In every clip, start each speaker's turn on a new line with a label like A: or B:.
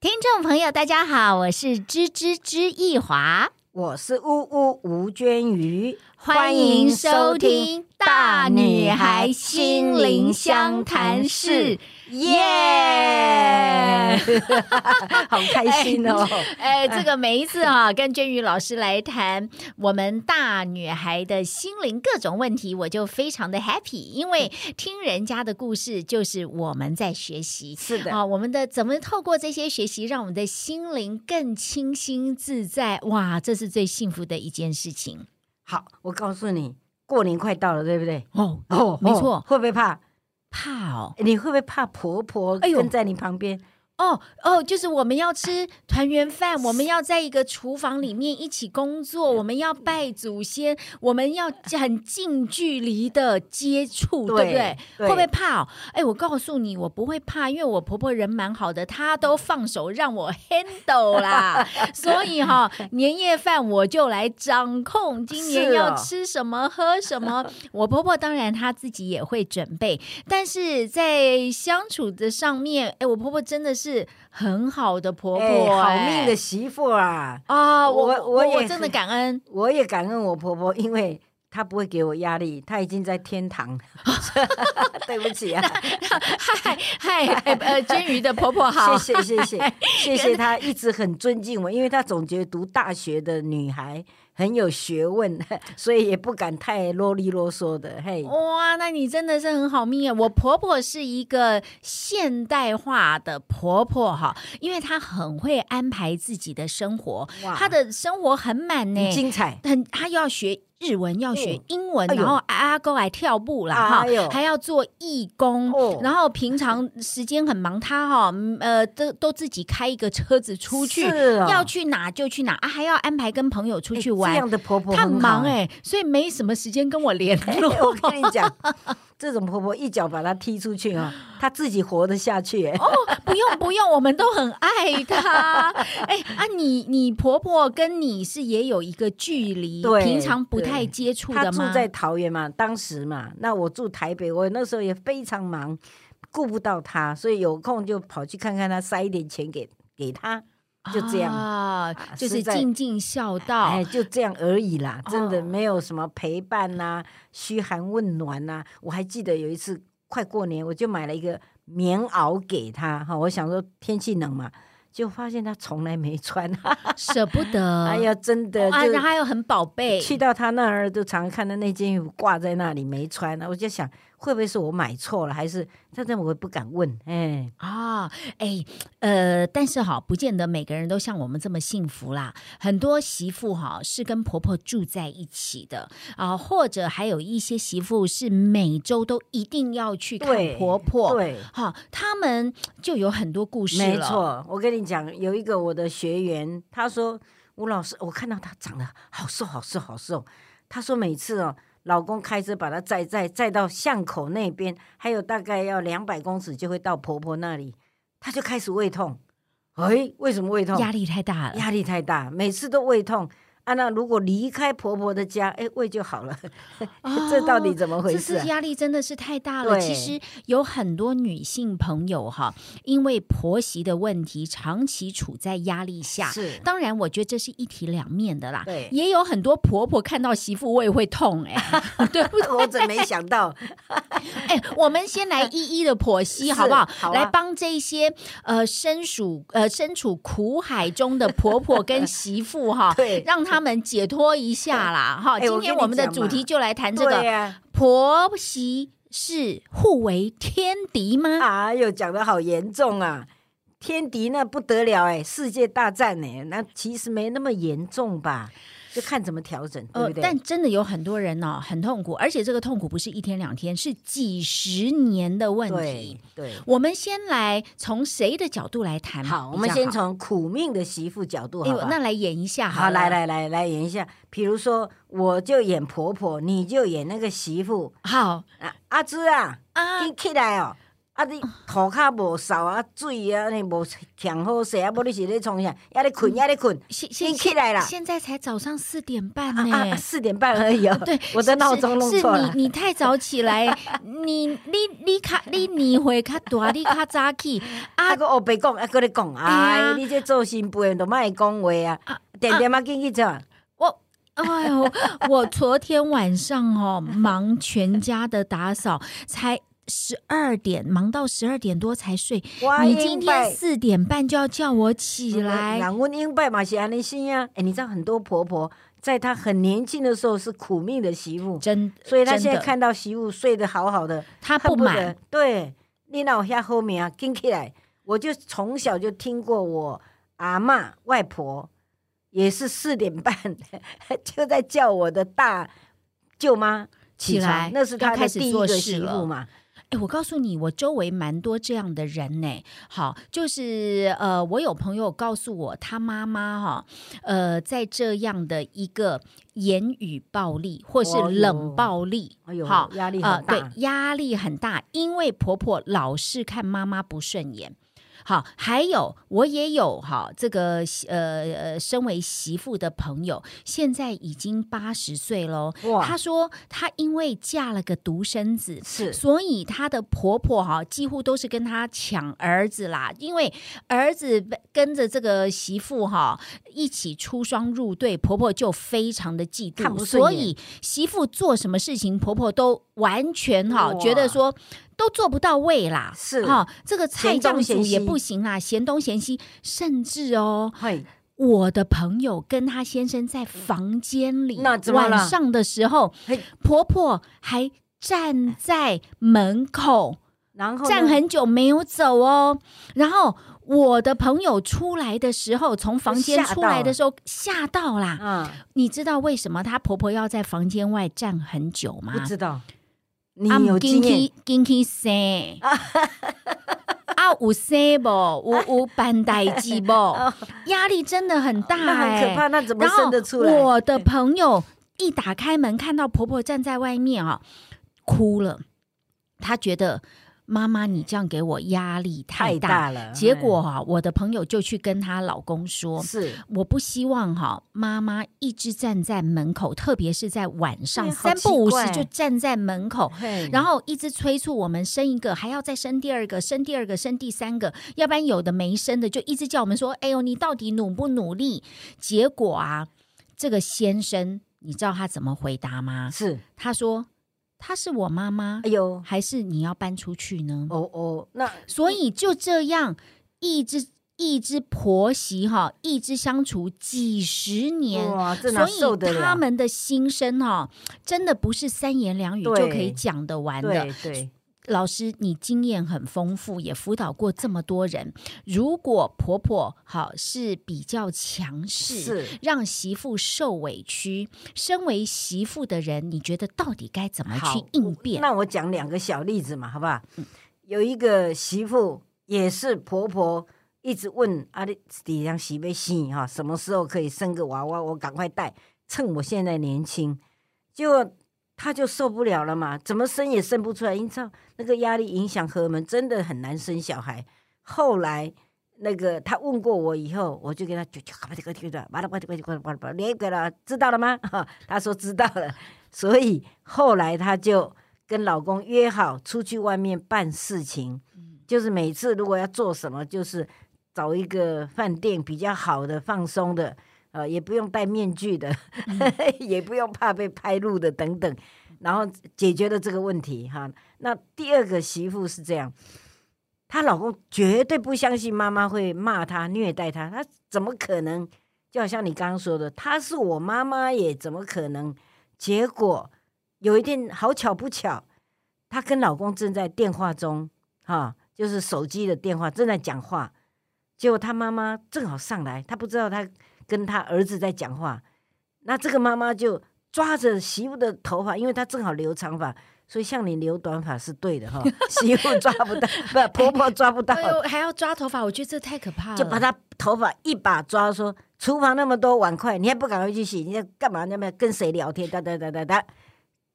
A: 听众朋友，大家好，我是芝芝芝易华，
B: 我是呜呜吴娟瑜，
A: 欢迎收听《大女孩心灵相谈室》。
B: 耶！ 好开心哦！
A: 哎，这个每一次啊，跟娟宇老师来谈我们大女孩的心灵各种问题，我就非常的 happy，因为听人家的故事就是我们在学习。
B: 是的，
A: 啊，我们的怎么透过这些学习，让我们的心灵更清新自在？哇，这是最幸福的一件事情
B: 好，我告诉你，过年快到了，对不对？
A: 哦。
B: 哦，
A: 没错
B: 会不会怕？
A: 怕哦，
B: 你会不会怕婆婆
A: 哎呦
B: 跟在你旁边？
A: 哦哦，就是我们要吃团圆饭，我们要在一个厨房里面一起工作，我们要拜祖先，我们 要很近距离的接触，对不对？
B: 对
A: 会不会怕、哦？哎，我告诉你，我不会怕，因为我婆婆人蛮好的，她都放手让我 handle 啦。 所以哈、年夜饭我就来掌控，今年
B: 是哦
A: 要吃什么、喝什么。 我婆婆当然她自己也会准备，但是在相处的上面，哎，我婆婆真的是很好的婆婆、
B: 哎好
A: 哎
B: 命的媳妇啊！
A: 啊！我
B: 我
A: 我
B: 我也
A: 我真的感恩，
B: 我也感恩我婆婆，因为她不会给我压力，她已经在天堂。 对不起啊，
A: 嗨嗨，哎 呃，金鱼的婆婆好，
B: 谢谢 谢谢谢谢她一直很尊敬我，因为她总觉得读大学的女孩很有学问， 所以也不敢太啰里啰嗦的。嘿，
A: 哇，那你真的是很好命耶！我婆婆是一个现代化的婆婆哈，因为她很会安排自己的生活，
B: 哇
A: 她的生活很满呢
B: 很，精彩。
A: 很她又要学。日文要学
B: 嗯
A: 英文，
B: 哎呦
A: 然后啊阿公来跳步啦哈，
B: 哎呦
A: 还要做义工，
B: 哦
A: 然后平常时间很忙，她哈、嗯呃都都自己开一个车子出去，
B: 是哦
A: 要去哪就去哪啊，还要安排跟朋友出
B: 哎
A: 去
B: 这
A: 玩，
B: 样的婆婆
A: 她
B: 很好
A: 忙哎、所以没什么时间跟我联络。
B: 哎我跟你 讲，
A: 哦
B: 这种婆婆一脚把她踢出去啊、她自己活得下去、哎
A: 哦，不用不用，我们都很爱她。哎啊，你你婆婆跟你是也有一个距离，
B: 对
A: 平常不
B: 对
A: 太接触
B: 她
A: 的
B: 住
A: 吗？
B: 在桃园嘛，当时嘛，那我住台北，我那时候也非常忙，顾不到她，所以有空就跑去看看她，塞一点钱给给她，就这样
A: 啊，就
B: 实
A: 是
B: 在
A: 静静孝道
B: 哎，。就这样而已啦，真的
A: 哦
B: 没有什么陪伴呐、嘘寒问暖呐、我还记得有一次快过年，我就买了一个棉袄给她，哈，我想说天气冷嘛，就发现她从来没穿，
A: 舍不得。
B: 哎呀，真的
A: 嗯啊，
B: 就
A: 然后还有很宝贝。
B: 去到他那儿，就常看到那件衣服挂在那里没穿啊，我就想会不会是我买错了，还是但但我也不敢问，哎，
A: 啊，哎，呃，但是哈，不见得每个人都像我们这么幸福啦。很多媳妇哈是跟婆婆住在一起的啊、或者还有一些媳妇是每周都一定要去看
B: 对
A: 婆婆。
B: 对，
A: 好、他们就有很多故事了。
B: 没，错，我跟你讲，有一个我的学员，他说吴老师，我看到他长得好瘦，好瘦，好瘦，他说每次哦。老公开车把他载载载到巷口那边，还有大概要两百公尺就会到婆婆那里，他就开始胃痛。哎，为什么胃痛？
A: 压力太大了。
B: 压力太大，每次都胃痛。啊，那如果离开婆婆的家，哎，胃就好了。这到底怎么回
A: 哦
B: 事
A: 这
B: 啊、
A: 次压力真的是太大了。
B: 对
A: 其实有很多女性朋友哈，因为婆媳的问题，长期处在压力下。
B: 是
A: 当然，我觉得这是一体两面的啦。
B: 对
A: 也有很多婆婆看到媳妇胃会痛、哎，对不对？
B: 我真没 想到，
A: 哎，我们先来一一的剖析，
B: 是
A: 好不好？
B: 好啊，
A: 来帮这些呃身属呃身处苦海中的婆婆跟媳妇哈
B: 对
A: 让他们解脱一下啦哈。
B: 哎
A: 今
B: 我
A: 天
B: 跟你
A: 我们的
B: 讲
A: 主
B: 嘛
A: 题就来谈这个
B: 对呀、
A: 婆媳是互为天敌吗？
B: 啊，哎呦，讲的好严重啊！天敌那不得了哎、世界大战哎、那其实没那么严重吧？就看怎么调整，对不
A: 呃
B: 对？
A: 但真的有很多人哦，很痛苦，而且这个痛苦不是一天两天，是几十年的问
B: 对
A: 题。
B: 对。
A: 我们先来从谁的角度来谈？
B: 好，我们先。从苦命的媳妇角度
A: 哎
B: 好
A: 呦
B: 吧，？
A: 那来演一下
B: 好，
A: 了
B: 来，来来来演一下，比如说我就演婆婆，你就演那个媳妇
A: 好
B: 啊，阿芝啊，
A: 啊
B: 你起来哦，啊你涂骹无扫啊，水啊安尼无填好势啊，无你是咧创啥？也咧困，也咧困，
A: 现
B: 你
A: 现
B: 起来啦！
A: 现在才早上四点半
B: 啊
A: 呢、
B: 啊，四点半而已哦。
A: 哎 对，
B: 我的
A: 是
B: 闹钟弄
A: 是
B: 错了啊
A: 你。啊你太早起来，你你你卡你你会卡大，你卡早起
B: 啊，
A: 啊
B: 个黑白讲，啊，搁咧讲，
A: 啊
B: 哎，你这做新妇的都莫讲话
A: 啊
B: 啊，点点啊，紧去做。
A: 我。哎呦，我昨天晚上哦，忙全家的打扫，才十二点，忙到十二点多才睡。
B: 我
A: 你今
B: 应
A: 天
B: 拜嗯
A: 四点半就要叫我起来，
B: 人阮英拜嘛是安尼生啊。哎，你知道很多婆婆在她很年轻的时候是苦命的媳妇，
A: 真，
B: 所以她
A: 真
B: 现在
A: 的
B: 看到媳妇睡得好好的，
A: 他
B: 恨
A: 不满
B: 得。对，你老遐好命啊，紧起来。我就从小就听过我阿嬷外婆也是四点半 就在叫我的大舅妈
A: 起
B: 起床
A: 来
B: 那是
A: 要
B: 她
A: 开
B: 的
A: 始
B: 第一
A: 做
B: 个
A: 事
B: 媳
A: 了
B: 妇嘛。
A: 哎，我告诉你，我周围蛮多这样的人呢。好，就是呃，我有朋友告诉我，他妈妈哈、呃，在这样的一个言语暴力或是
B: 哦哟
A: 冷暴力，
B: 哎呦
A: 好，
B: 压力
A: 呃，
B: 很大
A: 对，压力很大，因为婆婆老是看妈妈不顺眼。好，还有我也有哈，这个呃呃，身为媳妇的朋友，现在已经八十岁喽。
B: 哇
A: 她说她因为嫁了个独生子，
B: 是
A: 所以她的婆婆哈、几乎都是跟她抢儿子啦，因为儿子被跟着这个媳妇哈、一起出双入对，婆婆就非常的嫉
B: 看
A: 妒，
B: 不顺
A: 所
B: 眼
A: 以媳妇做什么事情，婆婆都完全哈、
B: 哇
A: 觉得说都做不到位啦，
B: 是
A: 哈、这个菜
B: 嫌东
A: 酱煮
B: 嫌
A: 也
B: 西
A: 不行啦，嫌东嫌西，甚至哦，
B: 嘿，
A: 我的朋友跟她先生在房间里，
B: 那怎么了
A: 晚上的时候
B: 嘿，
A: 婆婆还站在门口
B: 然后呢
A: 站很久没有走哦。然后我的朋友出来的时候，从房间
B: 吓到
A: 出来的时候吓到啦。
B: 嗯，
A: 你知道为什么她婆婆要在房间外站很久
B: 不
A: 吗？
B: 知道，你
A: 啊
B: 有经验，
A: 金去 生。啊，有生不？有有办代志 不？压力真的很大、
B: 哦那
A: 哎。
B: 很可怕，那怎么
A: 然后
B: 生得出来？
A: 我的朋友一打开门，看到婆婆站在外面啊、哭了。她觉得妈妈，你这样给我压力太
B: 太
A: 大。
B: 大了，哎
A: 结果啊，我的朋友就去跟她老公
B: 嗯
A: 说。
B: 是
A: 我不希望哈、妈妈一直站在门口，特别是在晚上
B: 对哎好
A: 三不五
B: 奇
A: 时
B: 怪
A: 就站在门口，
B: 嘿
A: 然后一直催促我们生一个，还要再生第二个，生第二个，生第三个，要不然有的没生的就一直叫我们说：“哎呦，你到底努不努力？”结果啊，这个先生，你知道他怎么回答吗？
B: 是，
A: 他说：“她是我妈妈
B: 哎，呦，
A: 还是你要搬出去呢
B: 哦哦，那？”
A: 所以就这样，一直一直婆媳哈，一直相处几十年，
B: 哇，这哪受
A: 所
B: 得
A: 以
B: 了？
A: 他们的心声哈、真的不是三言两语就
B: 对
A: 可以讲得完的
B: 对。对，
A: 老师，你经验很丰富，也辅导过这么多人。如果婆婆好是比较强势，
B: 是
A: 让媳妇受委屈，身为媳妇的人，你觉得到底该怎么
B: 好
A: 去应变？
B: 那我讲两个小例子嘛，好不好？有一个媳妇也是婆婆一直问啊，你底上洗被洗哈，什么时候可以生个娃娃？我赶快带，趁我现在年轻。结果她就受不了了嘛，怎么生也生不出来，你知道那个压力影响荷尔蒙，真的很难生小孩。后来。那个她问过我以后，我就跟她就就把这个这个，把了把这个这个把把连给了，知道了吗？哈，她说知道了，所以后来她就跟老公约好出去外面办事情，就是每次如果要做什么，就是找一个饭店比较好的、放松的，呃，也不用戴面具的， 也不用怕被拍录的等等，然后解决了这个问题哈。那第二个媳妇是这样。她老公绝对不相信妈妈会骂她、虐待她，她怎么可能？就好像你刚刚说的，她是我妈妈耶，怎么可能？结果有一天，好巧不巧，她跟老公正在电话中，哈、就是手机的电话，正在讲话。结果她妈妈正好上来，她不知道她跟她儿子在讲话。那这个妈妈就抓着媳妇的头发，因为她正好留长发，所以像你留短发是对的哈、 媳妇抓不到，不婆婆抓不到，
A: 哎呦，还要抓头发，我觉得这太可怕了。
B: 就把她头发一把抓，说：“厨房那么多碗筷，你还不赶快去洗？你在干嘛？那么跟谁聊天？哒哒哒哒哒。”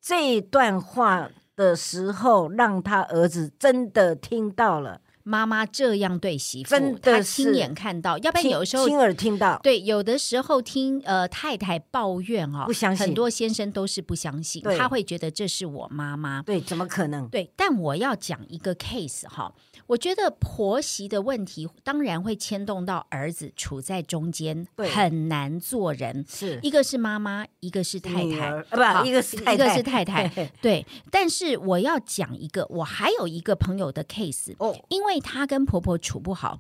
B: 这一段话的时候，让他儿子真的听到了，
A: 妈妈这样对媳妇
B: 真，的
A: 她
B: 是
A: 亲眼看到，要不然
B: 亲
A: 有时候
B: 亲耳听到，
A: 对，有的时候听呃太太抱怨哦，
B: 不相信
A: 很多先生都是不相信，
B: 对
A: 他会觉得这是我妈妈。
B: 对，怎么可能？
A: 对，但我要讲一个 case 哈，我觉得婆媳的问题当然会牵动到儿子，处在中间
B: 对
A: 很难做人。
B: 是
A: 一个是妈妈，一个是太
B: 女
A: 太
B: 儿，啊
A: 好
B: 不，一个是太
A: 一个
B: 太，
A: 是太太。
B: 太
A: 对，但是我要讲一个，我还有一个朋友的 case，
B: 哦，
A: 因为她跟婆婆处不好，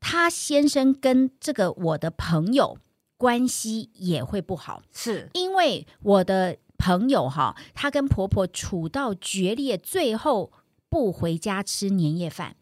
A: 她先生跟这个我的朋友关系也会不好，
B: 是
A: 因为我的朋友哈，她跟婆婆处到决裂，最后不回家吃年夜饭，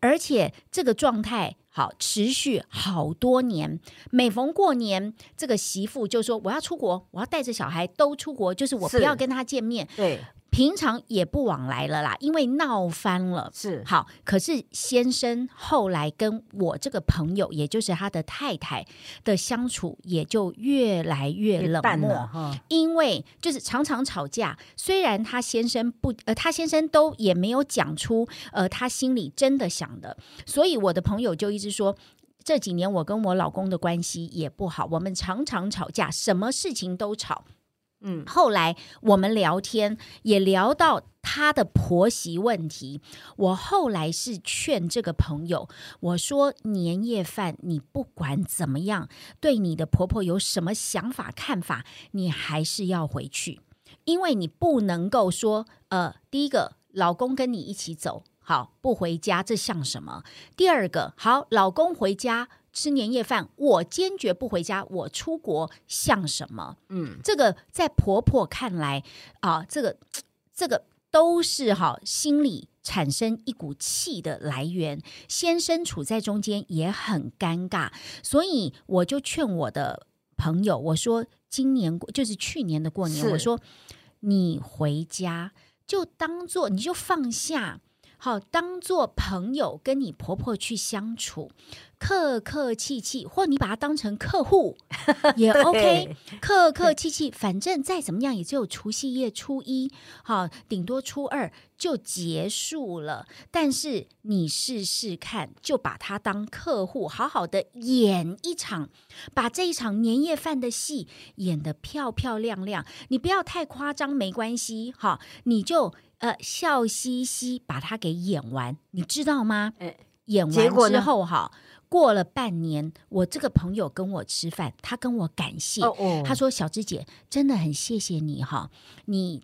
A: 而且这个状态。好，持续好多年。每逢过年，这个媳妇就说：“我要出国，我要带着小孩都出国，就是我不
B: 是
A: 要跟她见面，
B: 对，
A: 平常也不往来了啦，因为闹翻了。”
B: 是
A: 好，可是先生后来跟我这个朋友，也就是他的太太的相处，也就越来越冷
B: 淡了
A: 漠。
B: 哈，
A: 因为就是常常吵架，虽然他先生不呃，他先生都也没有讲出呃他心里真的想的，所以我的朋友就一直说。这几年我跟我老公的关系也不好，我们常常吵架，什么事情都吵。
B: 嗯，
A: 后来我们聊天也聊到她的婆媳问题，我后来是劝这个朋友，我说年夜饭你不管怎么样，对你的婆婆有什么想法看法，你还是要回去，因为你不能够说，呃，第一个老公跟你一起走，好不回家，这像什么？第二个，好老公回家。吃年夜饭，我坚决不回家，我出国像什么？
B: 嗯，
A: 这个在婆婆看来啊，这个这个都是哈、心里产生一股气的来源。先生处在中间也很尴尬，所以我就劝我的朋友，我说今年过就是去年的过年，
B: 是
A: 我说你回家就当做你就放下。好，当做朋友跟你婆婆去相处，客客气气，或你把她当成客户也 OK。
B: 对
A: 客客气气，反正再怎么样也只有除夕夜、初一，好、顶多初二就结束了。但是你试试看，就把它当客户，好好的演一场，把这一场年夜饭的戏演得漂漂亮亮。你不要太夸张，没关系，哈、你就呃笑嘻嘻把它给演完，你知道吗？
B: 哎
A: 演
B: 结果
A: 完
B: 呢
A: 之后哈。过了半年，我这个朋友跟我吃饭，他跟我感谢，
B: 哦哦，
A: 他说：“小芝姐，真的很谢谢你哈，你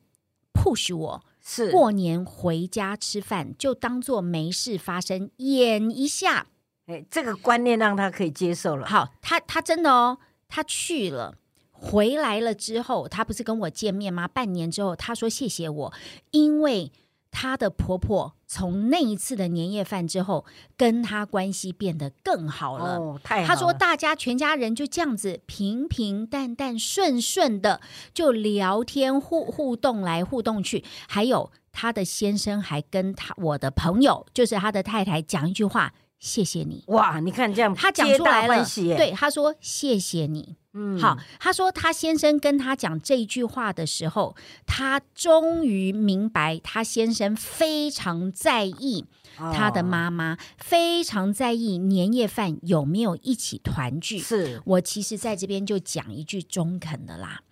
A: push 我
B: 是
A: 过年回家吃饭，就当做没事发生，演一下。
B: 哎，这个观念让他可以接受了，
A: 好，他他真的哦，他去了。”回来了之后，他不是跟我见面吗？半年之后，他说谢谢我，因为她的婆婆从那一次的年夜饭之后，跟她关系变得更好了。
B: 哦，太好
A: 他说
B: 了
A: 大家全家人就这样子平平淡淡、顺顺的就聊天互互动来互动去，还有他的先生还跟他我的朋友，就是他的太太讲一句话：“谢谢你。”
B: 哇，你看这样，
A: 他讲
B: 皆
A: 出
B: 大
A: 来了
B: 欢喜，耶，
A: 对他说：“谢谢你。”
B: 嗯，
A: 好，，他说他先生跟他讲这一句话的时候，他终于明白他先生非常在意他的
B: 哦
A: 妈妈非常在意年夜饭有没有一起团聚。
B: 是
A: 我其实在这边就讲一句中肯的啦，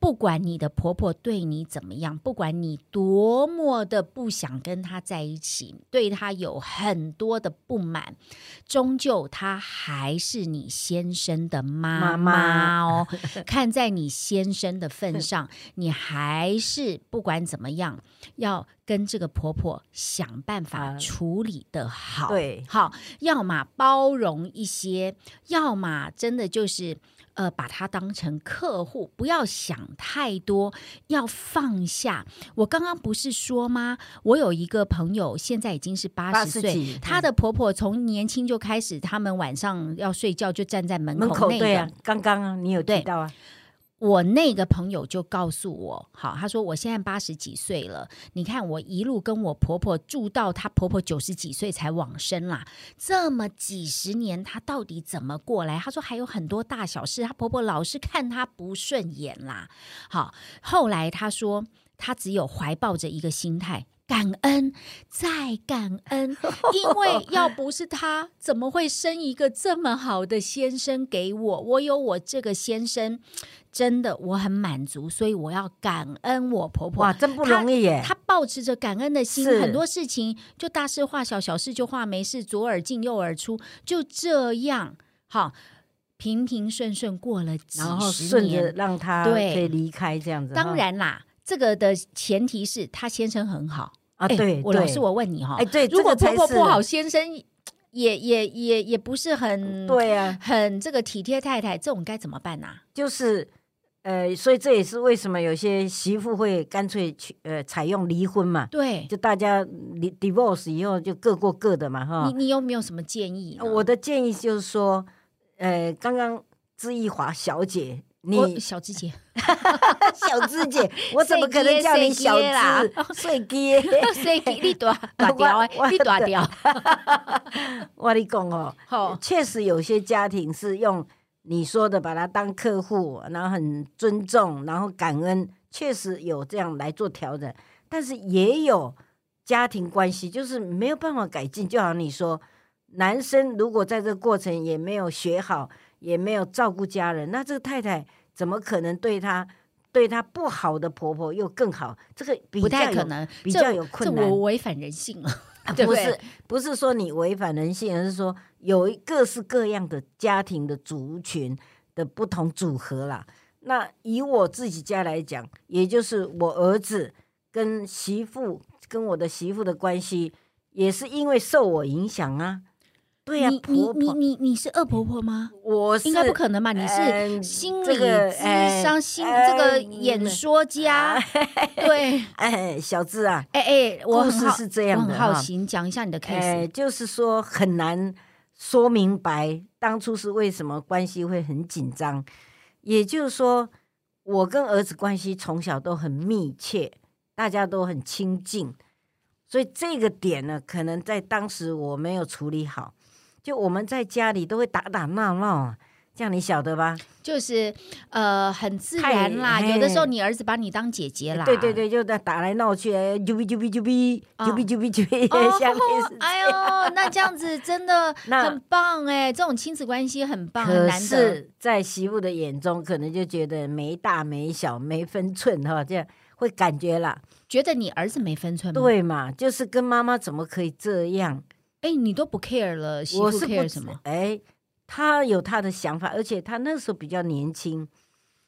A: 不管你的婆婆对你怎么样，不管你多么的不想跟她在一起，对她有很多的不满，终究她还是你先生的妈妈哦。 看在你先生的份上，你还是不管怎么样，要跟这个婆婆想办法
B: 啊
A: 处理的好。
B: 对
A: 好，要么包容一些，要么真的就是呃把它当成客户，不要想太多，要放下。我刚刚不是说吗？我有一个朋友现在已经是八
B: 八
A: 十
B: 十
A: 岁。
B: 几，嗯
A: 她的婆婆从年轻就开始，他们晚上要睡觉就站在门
B: 门口
A: 口那
B: 对
A: 个
B: 啊，刚刚啊，你有提
A: 对
B: 到啊，
A: 我那个朋友就告诉我，好，他说我现在八十几岁了，你看我一路跟我婆婆住到她婆婆九十几岁才往生啦，这么几十年她到底怎么过来？她说还有很多大小事，她婆婆老是看她不顺眼啦。好，后来她说。她只有怀抱着一个心态。感恩，再感恩，因为要不是他，怎么会生一个这么好的先生给我？我有我这个先生，真的我很满足，所以我要感恩我婆婆。
B: 哇，真不容易耶！
A: 她保持着感恩的心，
B: 是
A: 很多事情就大事化小，小事就化没事，左耳进右耳出，就这样，好平平顺顺过了几
B: 然后
A: 十
B: 顺着嗯
A: 年。
B: 让他可
A: 对
B: 以离开这样子。
A: 当
B: 哈
A: 然啦，这个的前提是他先生很好。
B: 啊，
A: 哎
B: 对，
A: 我老
B: 对
A: 师，我问你哈、
B: 哎，对，
A: 如果
B: 这
A: 婆
B: 个
A: 婆
B: 才
A: 不好，
B: 是，
A: 先生也也也也不是很
B: 对啊，
A: 很这个体贴太太，这种该怎么办呐、
B: 就是呃，所以这也是为什么有些媳妇会干脆去呃采用离婚嘛，
A: 对
B: 就大家离 divorce 以后就各过各的嘛，哈
A: 你，。你有没有什么建议呢？
B: 啊
A: 啊
B: 我的建议就是说，呃，刚刚知易华小姐，
A: 我
B: 你
A: 小芝姐
B: 小芝姐，我怎么可能叫你小
A: 碎鸡啦
B: 芝？碎鸡，
A: 所以你你大大条
B: 我
A: 诶，你大条，
B: 我跟你讲哦，
A: 好
B: 确实有些家庭是用你说的把他当客户，然后很尊重，然后感恩，确实有这样来做调整，但是也有家庭关系就是没有办法改进，就好像你说。男生如果在这个过程也没有学好，也没有照顾家人，那这个太太怎么可能对他对他不好的婆婆又更好？这个比
A: 不
B: 较
A: 太
B: 有
A: 可能，
B: 比
A: 这
B: 较有困
A: 这
B: 难
A: 我违反人性了，
B: 啊
A: 对不
B: 不
A: 对
B: 是不是说你违反人性，而是说有一各式各样的家庭的族群的不同组合啦。那以我自己家来讲，也就是我儿子跟媳妇跟我的媳妇的关系，也是因为受我影响啊。对呀、
A: 你你
B: 婆
A: 你
B: 婆，
A: 你你是恶婆婆吗？
B: 我是
A: 应该不可能吧？你是
B: 嗯
A: 心理
B: 这个
A: 咨
B: 哎
A: 商、心
B: 哎
A: 这个演说家，对，
B: 哎，小智啊，
A: 哎哎，我
B: 故
A: 很
B: 事
A: 好，
B: 是这
A: 我
B: 样的
A: 很好
B: 哈
A: 奇，你讲一下你的 case
B: 哎，。就是说很难说明白当初是为什么关系会很紧张。也就是说，我跟儿子关系从小都很密切，大家都很亲近，所以这个点呢，可能在当时我没有处理好。就我们在家里都会打打闹闹啊，这样你晓得吧？
A: 就是呃很自
B: 太
A: 然啦。
B: 嘿
A: 有的时候你儿子把你当姐姐啦，
B: 对对，对，就在打来闹去，哎啾哔啾哔啾哔
A: 啊
B: 啾哔啾哔啾
A: 哦
B: 哔， 像类似，
A: 哎呦，那这样子真的
B: 那
A: 很棒哎，这种亲子关系很棒，很
B: 可
A: 难得。
B: 是，在媳妇的眼中，可能就觉得没大没小、没分寸哈、这样会感觉啦，
A: 觉得你儿子没分寸吗？，
B: 对嘛？就是跟妈妈怎么可以这样？
A: 哎，你都不 care 了，媳妇
B: 我是不
A: care
B: 知
A: 什么？？
B: 哎，他有他的想法，而且他那时候比较年轻，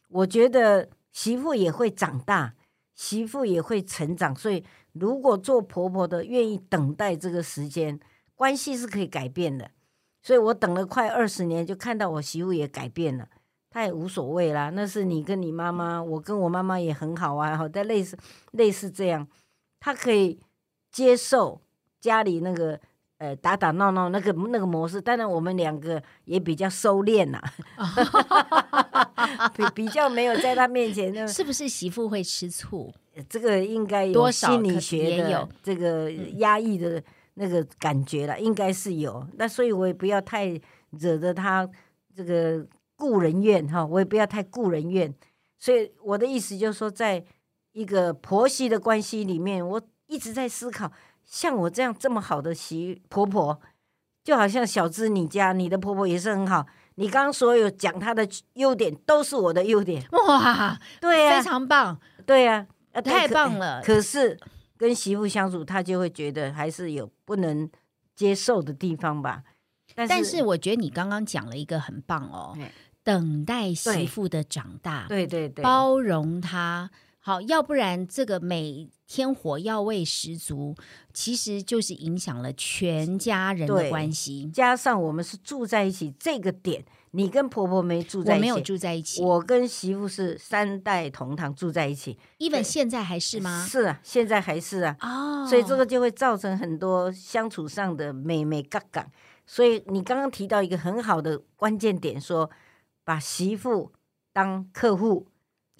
B: 我觉得媳妇也会长大，媳妇也会成长，所以如果做婆婆的愿意等待这个时间，关系是可以改变的。所以我等了快二十年，就看到我媳妇也改变了，她也无所谓啦。那是你跟你妈妈，我跟我妈妈也很好啊，好，但类似类似这样，她可以接受家里那个呃打打闹闹那个那个模式。当然，我们两个也比较收敛啦、 比比较没有在她面前那
A: 是不是媳妇会吃醋？
B: 这个应该有
A: 多少
B: 心理
A: 可
B: 学
A: 也有嗯
B: 的这个压抑的那个感觉了，应该是有。那所以我也不要太惹得他这个故人怨哈，我也不要太故人怨。所以我的意思就是说，在一个婆媳的关系里面，我一直在思考，像我这样这么好的媳婆婆，就好像小芝你家你的婆婆也是很好，你刚刚所有讲她的优点都是我的优点，
A: 哇，
B: 对呀、
A: 非常棒，
B: 对呀、啊，
A: 太
B: 了。
A: 棒了！
B: 可是跟媳妇相处，他就会觉得还是有不能接受的地方吧。但是，
A: 但是我觉得你刚刚讲了一个很棒哦
B: 对，
A: 等待媳
B: 对
A: 妇的长大，
B: 对对对，
A: 包容他。好，要不然这个每天火药味十足，其实就是影响了全家人的
B: 对
A: 关系。
B: 加上我们是住在一起这个点，你跟婆婆没住
A: 我
B: 在一起，
A: 没有住在一起
B: 我跟媳妇是三代同堂住在一起，
A: ，even 现在还是吗？
B: 是啊，现在还是啊，
A: 哦，
B: 所以这个就会造成很多相处上的美美嘎嘎。所以你刚刚提到一个很好的关键点说把媳妇当客户，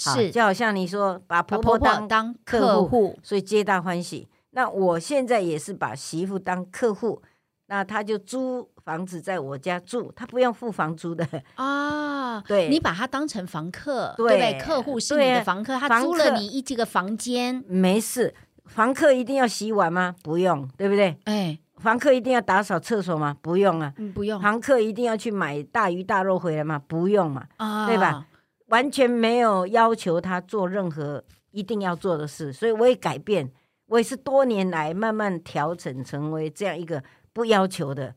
B: 好
A: 是
B: 就好像你说把
A: 把
B: 婆
A: 婆
B: 婆
A: 婆
B: 当
A: 当
B: 客
A: 客户，
B: 所以皆大欢喜。那我现在也是把媳妇当客户，那他就租房子在我家住，他不用付房租的。
A: 啊，
B: 对
A: 你把他当成房客，对
B: 对
A: 不对？客户是你
B: 对
A: 的
B: 啊
A: 房客，他
B: 房
A: 租了
B: 客
A: 你一这个房间，
B: 没事，房客一定要洗碗吗？不用，对不对？
A: 哎，
B: 房客一定要打扫厕所吗？不用啊。
A: 嗯，不用
B: 房客一定要去买大鱼大肉回来吗？不用嘛，
A: 啊，
B: 对吧？完全没有要求他做任何一定要做的事，所以我也改变，我也是多年来慢慢调整成为这样一个不要求的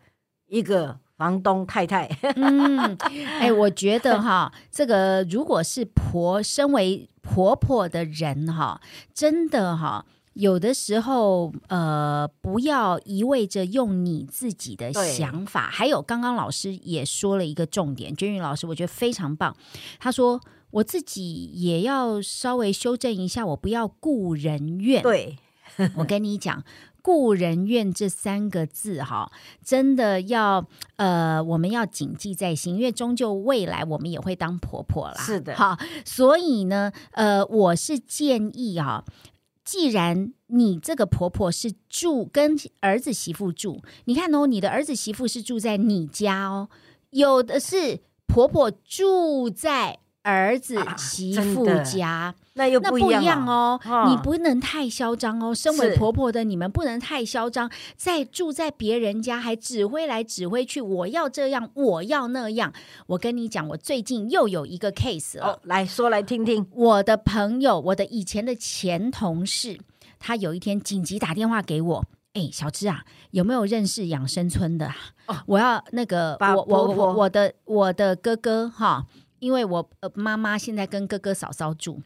B: 一个房东太太。
A: 嗯，哎，我觉得哈，这个如果是婆，身为婆婆的人哈，真的哈。有的时候，呃，不要一味着用你自己的
B: 对
A: 想法。还有，刚刚老师也说了一个重点，娟云老师我觉得非常棒。他说：“我自己也要稍微修正一下，我不要顾人怨。”
B: 对，
A: 我跟你讲，“故人怨”这三个字哈，真的要呃，我们要谨记在心，因为终究未来我们也会当婆婆啦。
B: 是的
A: 好，所以呢，呃，我是建议哈、既然你这个婆婆是住跟儿子媳妇住，你看哦，你的儿子媳妇是住在你家哦，有的是婆婆住在儿子
B: 啊
A: 媳
B: 真
A: 妇
B: 的
A: 家。
B: 那又
A: 那
B: 不
A: 不
B: 一
A: 一
B: 样
A: 样
B: 哦。
A: 哦，
B: 哦
A: 你不能太嚣张哦。身为
B: 是
A: 婆婆的你们不能太嚣张，在住在别人家还指挥来指挥去，我要这样，我要那样。我跟你讲，我最近又有一个 case 了。
B: 哦，来说来听听。
A: 我的朋友，我的以前的前同事，他有一天紧急打电话给我。哎，小芝啊，有没有认识养生村的啊？
B: 哦
A: 我要那个，
B: 把
A: 我我
B: 婆
A: 我
B: 婆
A: 我的我的哥哥哈，因为我呃妈妈现在跟哥哥嫂嫂住，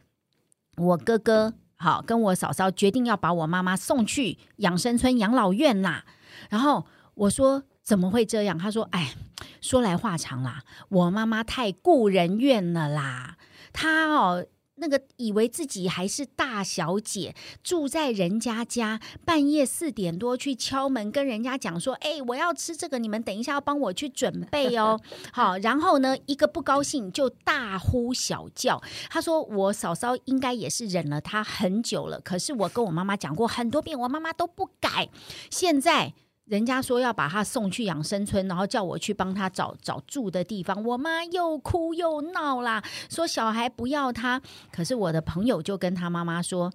A: 我哥哥好跟我嫂嫂决定要把我妈妈送去养生村养老院啦。然后我说怎么会这样？他说，哎，说来话长啦，我妈妈太顾人怨了啦，她哦。那个以为自己还是大小姐，住在人家家，半夜四点多去敲门，跟人家讲说：“哎，我要吃这个，你们等一下要帮我去准备哦。”好，然后呢，一个不高兴就大呼小叫。她说：“我嫂嫂应该也是忍了她很久了，可是我跟我妈妈讲过很多遍，我妈妈都不改。现在人家说要把他送去养生村，然后叫我去帮他找找住的地方。我妈又哭又闹啦，说小孩不要他。可是我的朋友就跟他妈妈说：“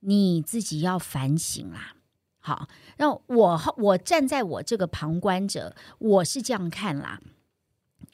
A: 你自己要反省啦。”好，那我我站在我这个旁观者，我是这样看啦，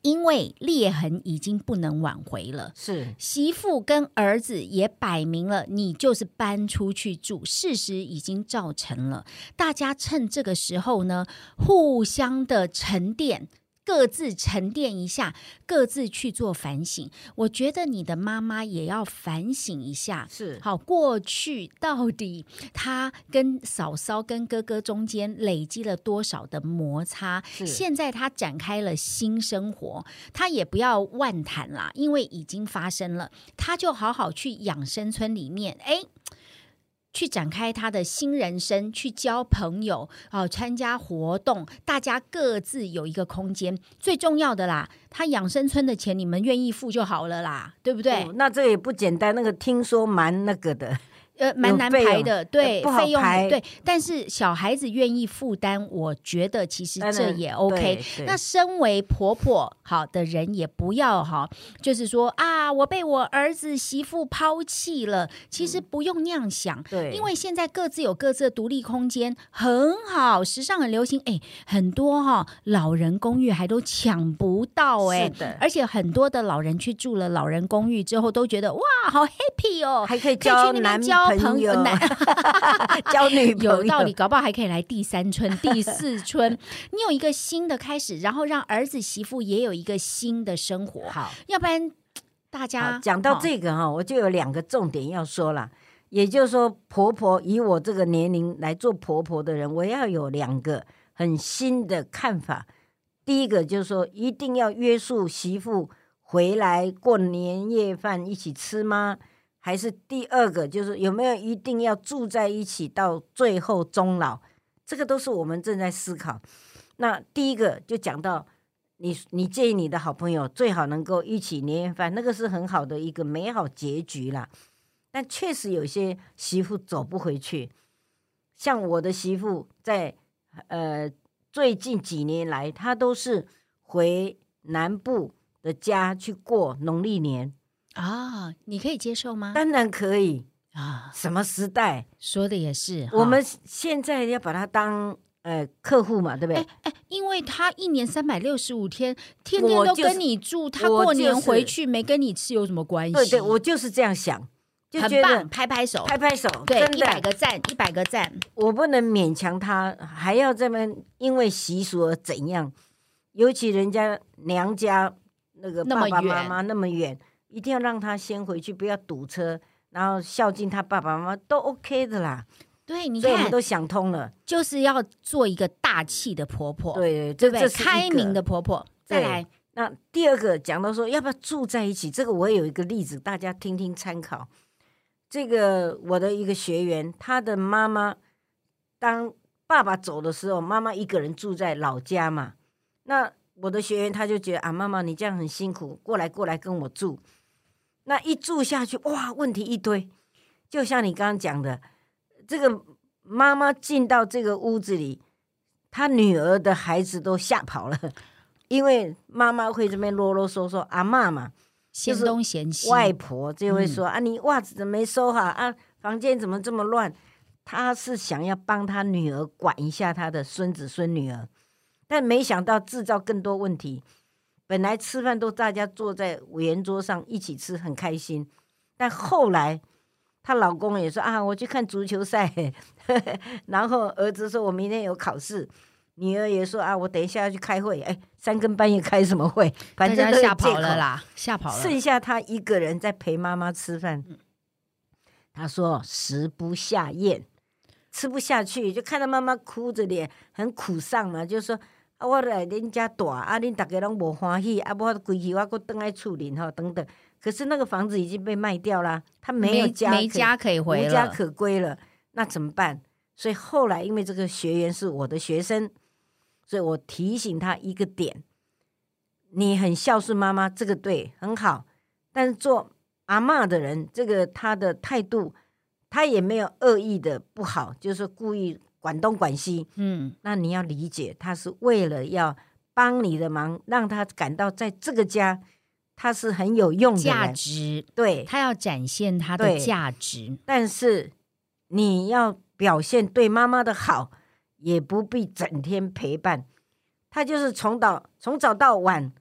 A: 因为裂痕已经不能挽回了。
B: 是
A: 媳妇跟儿子也摆明了，你就是搬出去住，事实已经造成了。大家趁这个时候呢，互相的沉淀。各自沉淀一下，各自去做反省。我觉得你的妈妈也要反省一下，
B: 是，
A: 好，过去到底他跟嫂嫂、跟哥哥中间累积了多少的摩擦？
B: 是
A: 现在他展开了新生活，他也不要妄谈啦，因为已经发生了，他就好好去养生村里面，哎。去展开他的新人生，去交朋友，哦、参加活动，大家各自有一个空间。最重要的啦，他养生村的钱你们愿意付就好了啦，对不对？
B: 哦那这个也不简单。那个听说蛮那个的，
A: 呃，蛮
B: 有
A: 难
B: 费
A: 排
B: 用呃
A: 的，对，
B: 不好
A: 费用
B: 排
A: 对，但是小孩子愿意负担，我觉得其实
B: 当
A: 这
B: 然
A: 也 OK。
B: 对对
A: 那身为婆婆好的人也不要哈，就是说啊，我被我儿子媳妇抛弃了，其实不用那样想。
B: 嗯对，
A: 因为现在各自有各自的独立空间，很好，时尚很流行，哎，很多哈、老人公寓还都抢不到哎、
B: 是的
A: 而且很多的老人去住了老人公寓之后，都觉得哇，好 happy 哦，
B: 还可以
A: 可以去
B: 交
A: 那
B: 男
A: 边交
B: 朋
A: 友，男
B: 交 女朋友，
A: 有道理，搞不好还可以来第三春、第四 春。你有一个新的开始，然后让儿子媳妇也有一个新的生活，
B: 好。
A: 要不然大
B: 好
A: 家
B: 讲到
A: 哦
B: 这个哈、我就有两个重点要说了。也就是说，婆婆以我这个年龄来做婆婆的人，我要有两个很新的看法。第一个就是说，一定要约束媳妇回来过年夜饭一起吃吗？还是第二个就是有没有一定要住在一起到最后终老？这个都是我们正在思考。那第一个就讲到你你建议你的好朋友最好能够一起年夜饭，那个是很好的一个美好结局啦。但确实有些媳妇走不回去，像我的媳妇在呃最近几年来，她都是回南部的家去过农历年，
A: 啊，你可以接受吗？
B: 当然可以。
A: 啊，
B: 什么时代？
A: 说的也是，哈
B: 我们现在要把它当呃客户嘛，对不对？
A: 哎，因为他一年三百六十五天，天天
B: 我
A: 都
B: 就是
A: 跟你住，他
B: 我
A: 过年
B: 就是
A: 回去没跟你吃有什么关系？
B: 对对，我就是这样想，就
A: 很
B: 觉
A: 棒，
B: 得
A: 拍拍手，
B: 拍拍手，
A: 对
B: 真，
A: 一百
B: 的，
A: 个赞，一百个赞，
B: 我不能勉强他，还要这么因为习俗而怎样？尤其人家娘家那个
A: 那
B: 爸
A: 么
B: 爸妈
A: 远
B: 妈那么远，一定要让他先回去，不要堵车，然后孝敬他爸爸妈妈都 OK 的啦。
A: 对，你
B: 所以我
A: 看
B: 们，都想通了，
A: 就是要做一个大气的婆婆，
B: 对
A: 对
B: 对
A: 不对？
B: 这这是一
A: 开明
B: 个
A: 的婆婆，再
B: 对
A: 来，
B: 那第二个讲到说要不要住在一起，这个我也有一个例子，大家听听参考。这个我的一个学员，他的妈妈当爸爸走的时候，妈妈一个人住在老家嘛。那我的学员他就觉得啊，妈妈你这样很辛苦，过来过来跟我住。那一住下去，哇，问题一堆。就像你刚刚讲的，这个妈妈进到这个屋子里，她女儿的孩子都吓跑了。因为妈妈会这边啰啰嗦嗦，阿嬷嘛，
A: 嫌
B: 是
A: 东嫌西，
B: 外婆就会
A: 嗯
B: 说、啊，你袜子怎么没收好啊，房间怎么这么乱？她是想要帮她女儿管一下她的孙子孙女儿，但没想到制造更多问题。本来吃饭都大家坐在圆桌上一起吃，很开心，但后来她老公也说啊，我去看足球赛， 然后儿子说我明天有考试。女儿也说啊，我等一下要去开会，哎，三更半夜开什么会？
A: 大
B: 反正
A: 家
B: 都有
A: 吓
B: 借
A: 跑
B: 口
A: 了啦，吓跑了，
B: 剩下他一个人在陪妈妈吃饭。他说食不下咽，吃不下去，就看到妈妈哭着脸，很苦丧嘛，就说啊，我来恁家住，啊，恁大家拢无欢喜，啊，我归去我搁倒来厝里吼，等等。可是那个房子已经被卖掉啦，他没有家
A: 没
B: 可以
A: 家可以回
B: 无家
A: 了，
B: 可归了，那怎么办？所以后来因为这个学员是我的学生，所以我提醒他一个点：你很孝顺妈妈，这个对，很好。但是做阿嬷的人，这个他的态度，他也没有恶意的不好，就是说故意管东管西。
A: 嗯，
B: 那你要理解，他是为了要帮你的忙，让他感到在这个家他是很有用的
A: 价
B: 人。
A: 值，
B: 对，
A: 她要展现她的
B: 对
A: 价值，
B: 但是你要表现对妈妈的好，也不必整天陪伴。他就是从早从早到晚，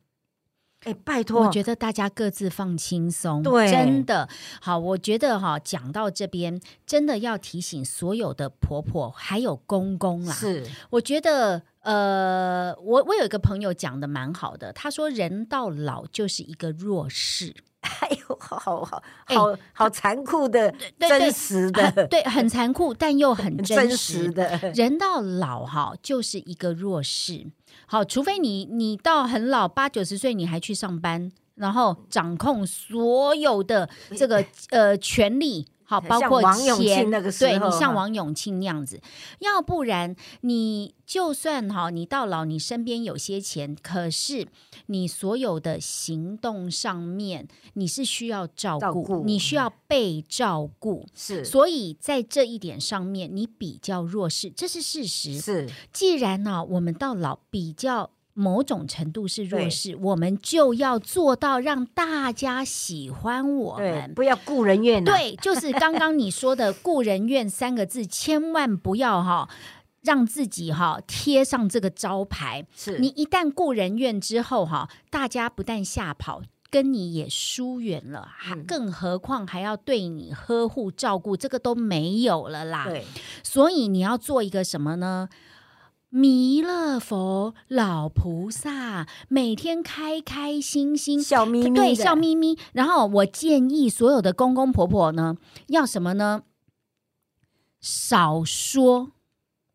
B: 哎，拜托，
A: 我觉得大家各自放轻松，
B: 对
A: 真的好。我觉得哈、讲到这边，真的要提醒所有的婆婆还有公公啦。，
B: 是
A: 我觉得呃，我我有一个朋友讲的蛮好的，他说人到老就是一个弱势，
B: 哎呦，好好好
A: 哎
B: 好好残酷的、
A: 对
B: 真实
A: 很
B: 的、
A: 啊对，很残酷，但又很
B: 很
A: 真
B: 真
A: 实
B: 实的，
A: 人到老哈，就是一个弱势。好，除非你你到很老八九十岁，你还去上班，然后掌控所有的这个 呃权利，好，包括
B: 像王永
A: 钱
B: 庆，那个时候
A: 对你像
B: 哈
A: 王永庆那样子，要不然你就算哈，你到老你身边有些钱，可是你所有的行动上面你是需要照顾，
B: 照顾
A: 你需要被照顾。
B: 是
A: 所以在这一点上面，你比较弱势，这是事实。
B: 是
A: 既然呢、我们到老比较某种程度是弱
B: 对
A: 势，我们就要做到让大家喜欢我
B: 对，
A: 们。
B: 不要顾人怨呐，
A: 对，就是刚刚你说的“故人怨”三个字，千万不要哈、让自己哈、贴上这个招牌。
B: 是
A: 你一旦故人怨之后哈、大家不但吓跑，跟你也疏远了，还
B: 嗯
A: 更何况还要对你呵护照顾，这个都没有了啦。
B: 对
A: 所以你要做一个什么呢？弥勒佛、老菩萨，每天开开心心，
B: 笑眯眯的，
A: 对，笑眯眯。然后我建议所有的公公婆婆呢，要什么呢？少说，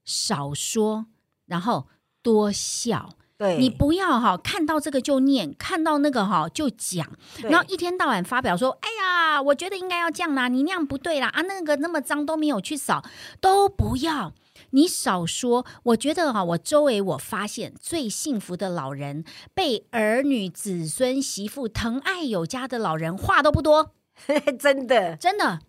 A: 少说，然后多笑。
B: 对，
A: 你不要哈，看到这个就念，看到那个哈就讲，
B: 对
A: 然后一天到晚发表说：“哎呀，我觉得应该要这样啦，你那样不对啦，啊，那个那么脏都没有去扫，都不要。”你少说，我觉得哈、我周围我发现最幸福的老人，被儿女、子孙、媳妇疼爱有加的老人，话都不多，
B: 真的
A: 真的。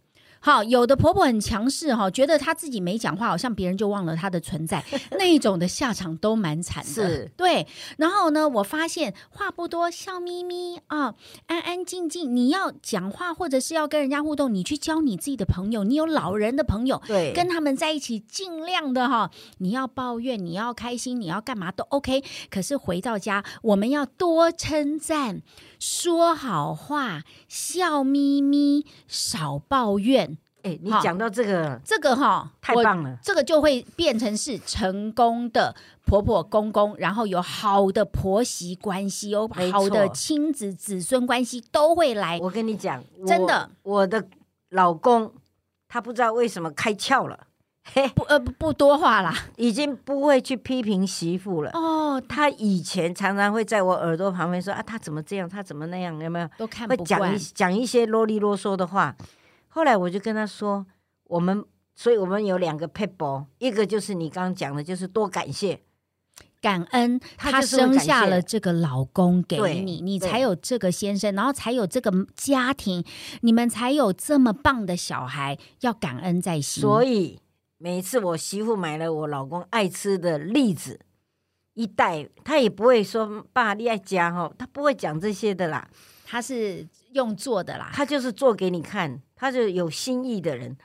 A: 好，有的婆婆很强势哈，觉得她自己没讲话，好像别人就忘了她的存 在，那一种的下场都蛮惨的
B: 是。
A: 对，然后呢，我发现话不多，笑眯眯啊、安安静静。你要讲话或者是要跟人家互动，你去交你自己的朋友，你有老人的朋友，
B: 对，
A: 跟他们在一起，尽量的哈，你要抱怨，你要开心，你要干嘛都 OK。可是回到家，我们要多称赞，说好话，笑眯眯，少抱怨。
B: 哎，你
A: 好
B: 讲到这个
A: 这个哈，
B: 太
A: 我
B: 棒了，
A: 这个就会变成是成功的婆婆公公，然后有好的婆媳关系，有
B: 没
A: 好的
B: 错
A: 亲子子孙关系都会来。
B: 哎我跟你讲，我
A: 真的，
B: 我的老公他不知道为什么开窍了， 嘿，
A: 不呃不不多话啦。
B: 已经不会去批评媳妇了。
A: 哦，
B: 他以前常常会在我耳朵旁边说啊，他怎么这样，他怎么那样，有没有？
A: 都看
B: 会
A: 不
B: 讲
A: 惯
B: 一。讲一些啰里啰嗦的话。后来我就跟他说，我们，所以我们有两个 p e b l 一个就是你刚刚讲的，就是多感谢，
A: 感恩，
B: 她
A: 她
B: 就是会
A: 生
B: 感
A: 下
B: 谢
A: 了这个老公给
B: 对
A: 你，你
B: 对
A: 才有这个先生，然后才有这个家庭，你们才有这么棒的小孩，要感恩在心。
B: 所以每次我媳妇买了我老公爱吃的栗子，一袋，他也不会说爸你爱加哈，他不会讲这些的啦，
A: 他是用做的啦，
B: 他就是做给你看，他就有心意的人。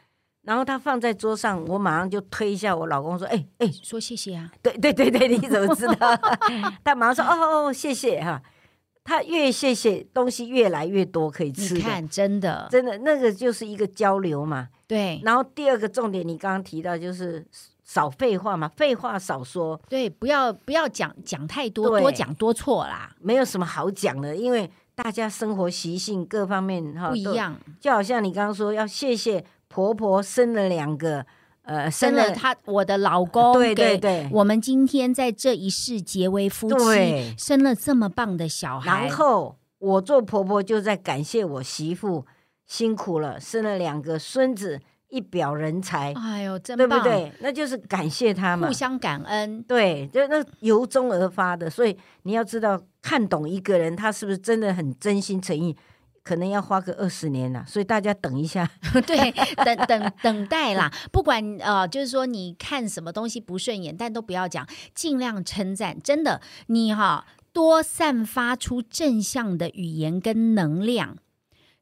B: 然后他放在桌上，我马上就推一下我老公说：“哎、哎、
A: 说谢谢啊，
B: 对对对对，你怎么知道？ 他马上说：“哦哦，谢谢哈。”他越谢谢，东西越来越多可以吃
A: 你
B: 的，
A: 看真的，
B: 真的那个就是一个交流嘛。
A: 对
B: 然后第二个重点，你刚刚提到就是少废话嘛，废话少说，
A: 对，不要不要讲讲太多，
B: 对
A: 多讲多错啦，
B: 没有什么好讲的，因为大家生活习性各方面哈
A: 不一
B: 都，
A: 样。
B: 就好像你刚刚说要谢谢婆婆生了两个，呃，
A: 生了他，我的老公，
B: 对对对
A: 我们今天在这一世结为夫妻，
B: 对，
A: 生了这么棒的小孩，
B: 然后我做婆婆就在感谢我媳妇辛苦了，生了两个孙子，一表人才，
A: 哎呦，真
B: 对
A: 棒，
B: 不对？那就是感谢他嘛
A: 互。相感恩。
B: 对，就那由衷而发的，所以你要知道，看懂一个人他是不是真的很真心诚意，可能要花个二十年呐、所以大家等一下，
A: 对，等等等待啦，不管呃，就是说你看什么东西不顺眼，但都不要讲，尽量称赞。真的，你哈多散发出正向的语言跟能量，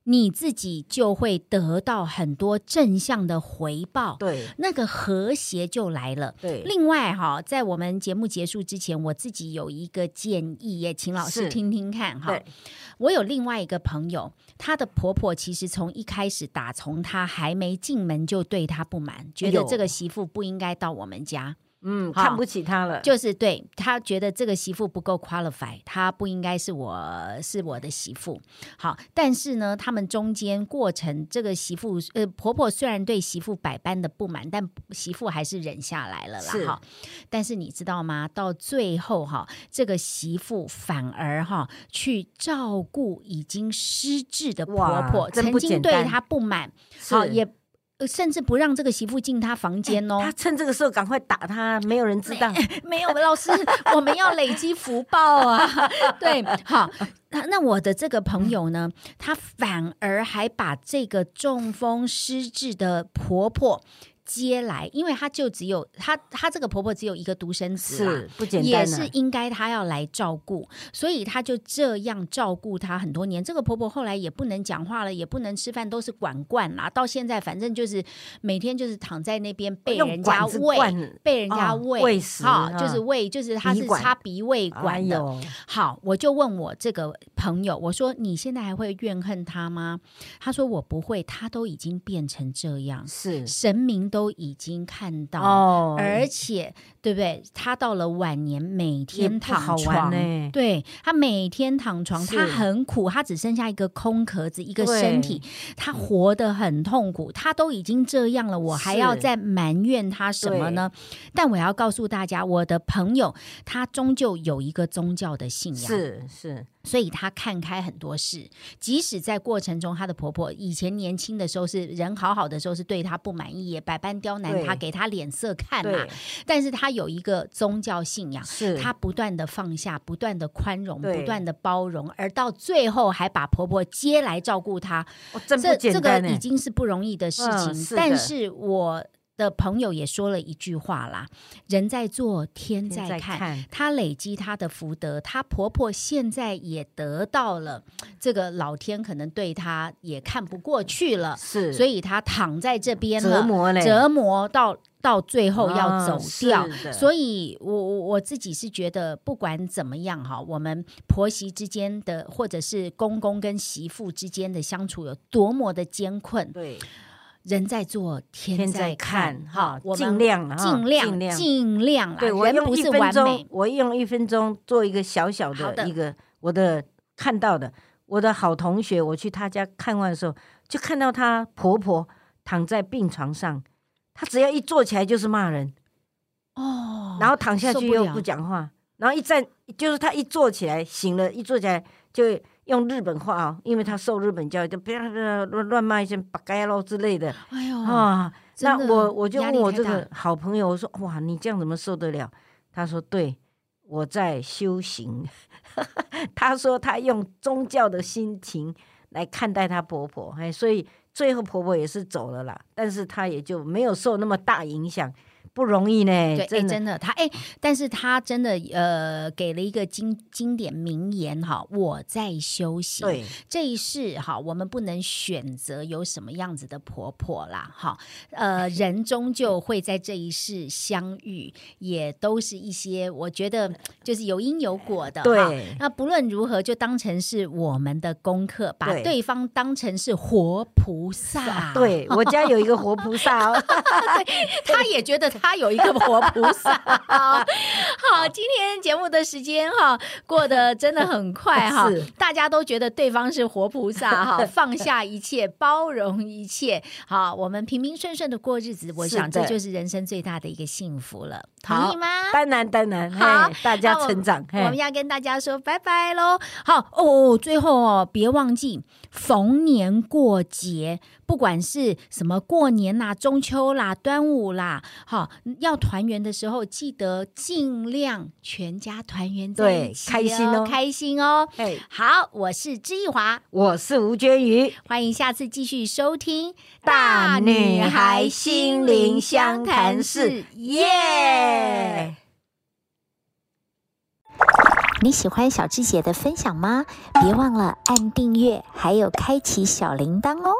A: 你自己就会得到很多正向的回报，
B: 对
A: 那个和谐就来了。
B: 对，
A: 另外哈，在我们节目结束之前，我自己有一个建议，也请老师
B: 是
A: 听听看哈
B: 对。
A: 我有另外一个朋友，她的婆婆其实从一开始，打从她还没进门就对她不满，觉得
B: 哎呦
A: 这个媳妇不应该到我们家，
B: 嗯，
A: 好
B: 看不起他了，
A: 就是对她觉得这个媳妇不够 qualify，她不应该是我是我的媳妇。好，但是呢，他们中间过程，这个媳妇呃婆婆虽然对媳妇百般的不满，但媳妇还是忍下来了啦
B: 是
A: 哈。但是你知道吗？到最后哈，这个媳妇反而哈去照顾已经失智的婆
B: 哇
A: 婆，
B: 真
A: 曾
B: 不
A: 经
B: 简
A: 对
B: 单
A: 她不满，
B: 是哎
A: 好也。呃甚至不让这个媳妇进她房间哦，
B: 他趁这个时候赶快打他，没有人知道，
A: 没有， 老师，我们要累积福报啊！ 对，好，那那我的这个朋友呢，她反而还把这个中风失智的婆婆接来，因为她就只有她，她这个婆婆只有一个独生子啦。
B: 是不简
A: 也
B: 单
A: 是
B: 啊，
A: 应该她要来照顾，所以她就这样照顾她很多年。这个婆婆后来也不能讲话了，也不能吃饭，都是管惯啦。到现在，反正就是每天就是躺在那边被
B: 用
A: 人家
B: 管子
A: 喂，
B: 灌，
A: 被人家
B: 哦
A: 喂、
B: 喂食
A: 哈，
B: 啊
A: 就是喂，就是他是
B: 鼻管
A: 插鼻胃管的。
B: 哎呦
A: 好，我就问我这个朋友，我说你现在还会怨恨他吗？他说我不会，他都已经变成这样，
B: 是
A: 神明都已经看到，
B: 哦，
A: 而且对不对？他到了晚年，每
B: 也
A: 天
B: 不
A: 躺
B: 好玩
A: 床。
B: 呢，
A: 对他每天躺床，
B: 是
A: 他很苦，他只剩下一个空壳子，一个
B: 对
A: 身体，他活得很痛苦。他都已经这样了，我还
B: 是
A: 要再埋怨他什么呢？但我要告诉大家，我的朋友他终究有一个宗教的信仰，
B: 是是，
A: 所以她看开很多事。即使在过程中，她的婆婆以前年轻的时候是人好好的时候是对她不满意，也百般刁难她，
B: 对
A: 给她脸色看嘛
B: 对。，
A: 但是她有一个宗教信仰，
B: 是
A: 她不断的放下，不断的宽容，
B: 对
A: 不断的包容，而到最后还把婆婆接来照顾她。
B: 哦真不
A: 这
B: 简
A: 这
B: 单
A: 个
B: 呢
A: 已经是不容易的事情，
B: 嗯是的
A: 但是我的朋友也说了一句话啦：人在做，天
B: 天
A: 在
B: 在
A: 看。她累积她的福德，她婆婆现在也得到了这个老天可能对她也看不过去了，
B: 是，
A: 所
B: 以
A: 以她躺在这边了
B: 折磨嘞，
A: 折磨到到最后要
B: 啊
A: 走
B: 是
A: 掉。
B: 的
A: 所以我，我我自己是觉得，不管怎么样哈，我们婆媳之间的，或者是公公跟媳妇之间的相处有多么的艰困，
B: 对，
A: 人在做，天
B: 天
A: 在
B: 在
A: 看
B: 看
A: 哈
B: 哈，，
A: 我
B: 尽
A: 们
B: 量啊
A: 尽
B: 尽
A: 量
B: 量
A: 尽量
B: 对
A: 啦，
B: 我
A: 人
B: 用
A: 不
B: 一
A: 是
B: 分
A: 完
B: 钟
A: 美，，
B: 我用一分钟做一个小小
A: 好的
B: 的一个我的看到的，我的好同学，我去他家看望的时候，就看到她婆婆躺在病床上，她只要一坐起来就是骂人，
A: 哦
B: 然后躺下
A: 受
B: 去
A: 不
B: 又
A: 了
B: 不讲话，然后一站就是她一坐起来醒了，一坐起来就用日本话哦，因为她受日本教育，就不要乱乱骂一些八嘎呀咯之类的
A: 哎呦，
B: 啊。那
A: 真的
B: 我我就
A: 压
B: 问
A: 力
B: 我
A: 太
B: 这
A: 大
B: 个好朋友，我说哇，你这样怎么受得了？他说对，我在修行。 他说他用宗教的心情来看待她婆婆，哎，所以最后婆婆也是走了啦，但是她也就没有受那么大影响，不容易呢，
A: 对，哎，
B: 真的。
A: 真的，他哎，但是他真的呃，给了一个经经典名言哈，我在修行，
B: 对，
A: 这一世哈，我们不能选择有什么样子的婆婆啦，哈，呃，人终究会在这一世相遇，也都是一些我觉得就是有因有果的，哈。
B: 对，
A: 那不论如何，就当成是我们的功课，把
B: 对
A: 对方当成是活菩萨。，
B: 对我家有一个活菩萨哦，
A: 他也觉得他有一个活菩 萨。好，今天节目的时间哈，过得真的很快哈
B: 是，
A: 大家都觉得对方是活菩萨 哈，放下一切，包容一切，好，我们平平顺顺的过日子，我
B: 是
A: 想这
B: 的
A: 就是人生最大的一个幸福了，
B: 好
A: 同意吗？
B: 当然当然，
A: 好
B: 嘿，大家
A: 那我
B: 成长，
A: 我们
B: 嘿，
A: 要跟大家说拜拜喽。好哦哦，最后哦，别忘记逢年过节，不管是什么过年啦、中秋啦、端午啦，好要团圆的时候，记得尽量全家团圆在一
B: 对
A: 起、
B: 开心哦
A: 开心哦。
B: 嘿，
A: 好，我是知易华，
B: 我是吴娟瑜。
A: 欢迎下次继续收听《
B: 大女孩心灵相谈室，
A: 耶、
C: 你喜欢小智姐的分享吗？别忘了按订阅，还有开启小铃铛哦。